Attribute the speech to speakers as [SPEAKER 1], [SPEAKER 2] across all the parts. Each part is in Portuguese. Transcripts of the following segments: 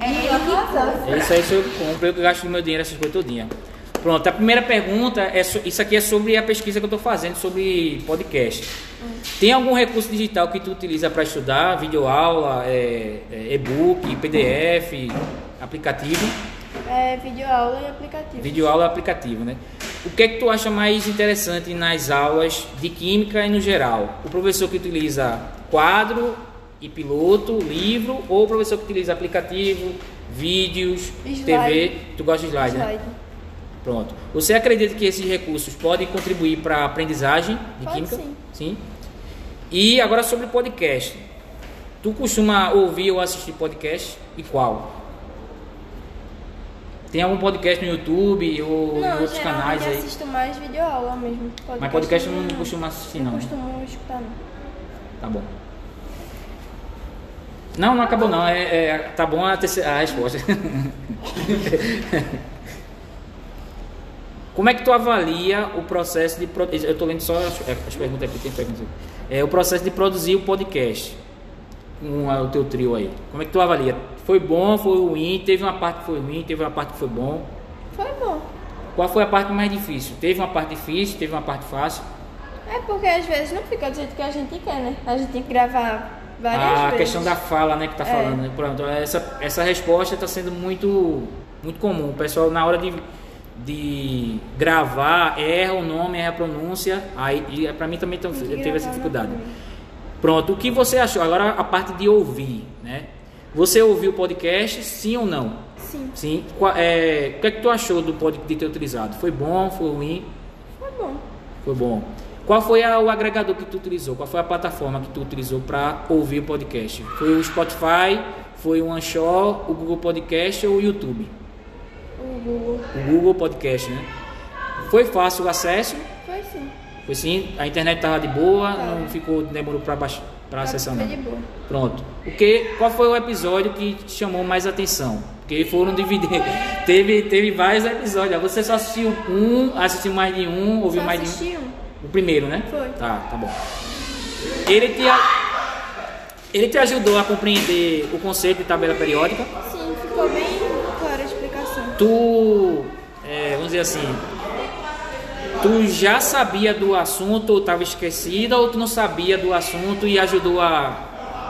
[SPEAKER 1] É, rica.
[SPEAKER 2] Isso aí se eu compro, eu gasto meu dinheiro essas coisas todinha. Pronto, a primeira pergunta, é so- isso aqui é sobre a pesquisa que eu estou fazendo sobre podcast. Tem algum recurso digital que tu utiliza para estudar? Videoaula, é, é, e-book, PDF, aplicativo?
[SPEAKER 1] É videoaula e aplicativo.
[SPEAKER 2] Videoaula e aplicativo, né? O que é que tu acha mais interessante nas aulas de química e no geral? O professor que utiliza quadro e piloto, livro, ou o professor que utiliza aplicativo, vídeos,
[SPEAKER 1] Slide.
[SPEAKER 2] TV? Tu gosta de slide, né?
[SPEAKER 1] Slide.
[SPEAKER 2] Pronto. Você acredita que esses recursos podem contribuir para a aprendizagem de
[SPEAKER 1] Pode
[SPEAKER 2] química?
[SPEAKER 1] sim.
[SPEAKER 2] E agora sobre podcast. Tu costuma ouvir ou assistir podcast e qual? Tem algum podcast no YouTube ou em
[SPEAKER 1] Não,
[SPEAKER 2] outros canais
[SPEAKER 1] geralmente eu
[SPEAKER 2] aí?
[SPEAKER 1] assisto mais videoaula mesmo. Podcast
[SPEAKER 2] Mas podcast eu não costumo assistir não.
[SPEAKER 1] Não
[SPEAKER 2] né?
[SPEAKER 1] costumo escutar, não.
[SPEAKER 2] Tá bom. Não, não acabou não. É, é, tá bom a, terceira, a resposta. Como é que tu avalia o processo de pro- eu tô lendo só as, as perguntas aqui, tem perguntas. aqui. É o processo de produzir o podcast. Um, o teu trio aí. Como é que tu avalia? Foi bom, foi ruim, teve uma parte que foi ruim, teve uma parte que foi bom.
[SPEAKER 1] Foi bom.
[SPEAKER 2] Qual foi a parte mais difícil? Teve uma parte difícil, teve uma parte fácil?
[SPEAKER 1] É porque às vezes não fica do jeito que a gente quer, né? A gente tem que gravar várias
[SPEAKER 2] Ah, a
[SPEAKER 1] vezes.
[SPEAKER 2] questão da fala, né, que tá
[SPEAKER 1] É.
[SPEAKER 2] falando, né? Pronto, essa, essa resposta está sendo muito, muito comum. O pessoal, na hora de, de gravar, erra o nome, erra a pronúncia. Aí, e é, pra mim também tão-
[SPEAKER 1] Tem que
[SPEAKER 2] teve essa
[SPEAKER 1] gravar
[SPEAKER 2] dificuldade.
[SPEAKER 1] novamente.
[SPEAKER 2] Pronto, o que você achou? Agora a parte de ouvir, né? Você ouviu o podcast, sim ou não?
[SPEAKER 1] Sim,
[SPEAKER 2] Sim. Qua- é, o que é que tu achou do podcast de ter utilizado? Foi bom, foi ruim?
[SPEAKER 1] foi bom.
[SPEAKER 2] Foi bom. Qual foi a- o agregador que tu utilizou? Qual foi a plataforma que tu utilizou para ouvir o podcast? Foi o Spotify, foi o Anchor, o Google Podcast ou o YouTube?
[SPEAKER 1] O Google.
[SPEAKER 2] O Google Podcast, né? Foi fácil o acesso?
[SPEAKER 1] Foi sim.
[SPEAKER 2] Foi sim, a internet tava de boa,
[SPEAKER 1] Tá.
[SPEAKER 2] não ficou demorou para baixar, para acessar
[SPEAKER 1] Foi
[SPEAKER 2] não.
[SPEAKER 1] de boa.
[SPEAKER 2] Pronto. O que, qual foi o episódio que te chamou mais atenção? Porque foram divididos. teve, teve vários episódios. Ah, Você só assistiu um, assistiu mais de um, ouviu
[SPEAKER 1] Só
[SPEAKER 2] mais de um?
[SPEAKER 1] assisti um.
[SPEAKER 2] O primeiro, né?
[SPEAKER 1] Foi.
[SPEAKER 2] Tá, tá bom. Ele te, a- ele te ajudou a compreender o conceito de tabela periódica.
[SPEAKER 1] Sim, ficou bem clara a explicação.
[SPEAKER 2] Tu, é, vamos dizer assim, tu já sabia do assunto ou estava esquecida ou tu não sabia do assunto e ajudou a,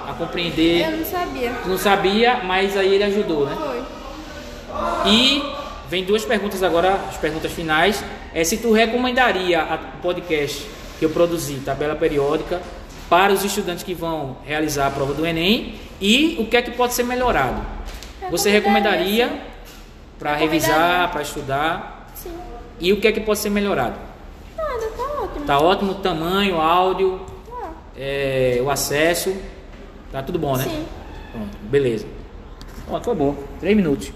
[SPEAKER 2] a
[SPEAKER 1] Eu
[SPEAKER 2] compreender?
[SPEAKER 1] não sabia.
[SPEAKER 2] Tu não sabia, mas aí ele ajudou, né?
[SPEAKER 1] Foi.
[SPEAKER 2] E vem duas perguntas agora, as perguntas finais. É se tu recomendaria a- o podcast que eu produzi, tabela periódica, para os estudantes que vão realizar a prova do Enem e o que é que pode ser melhorado. Você
[SPEAKER 1] Recomendaria,
[SPEAKER 2] recomendaria para
[SPEAKER 1] Recomendaria.
[SPEAKER 2] revisar, para estudar
[SPEAKER 1] Sim.
[SPEAKER 2] e o que é que pode ser melhorado?
[SPEAKER 1] Nada, tá ótimo.
[SPEAKER 2] Tá ótimo o tamanho, áudio,
[SPEAKER 1] Ah,
[SPEAKER 2] é, o acesso, tá tudo bom, né?
[SPEAKER 1] Sim.
[SPEAKER 2] Pronto, beleza. Pronto, foi bom. Três minutos.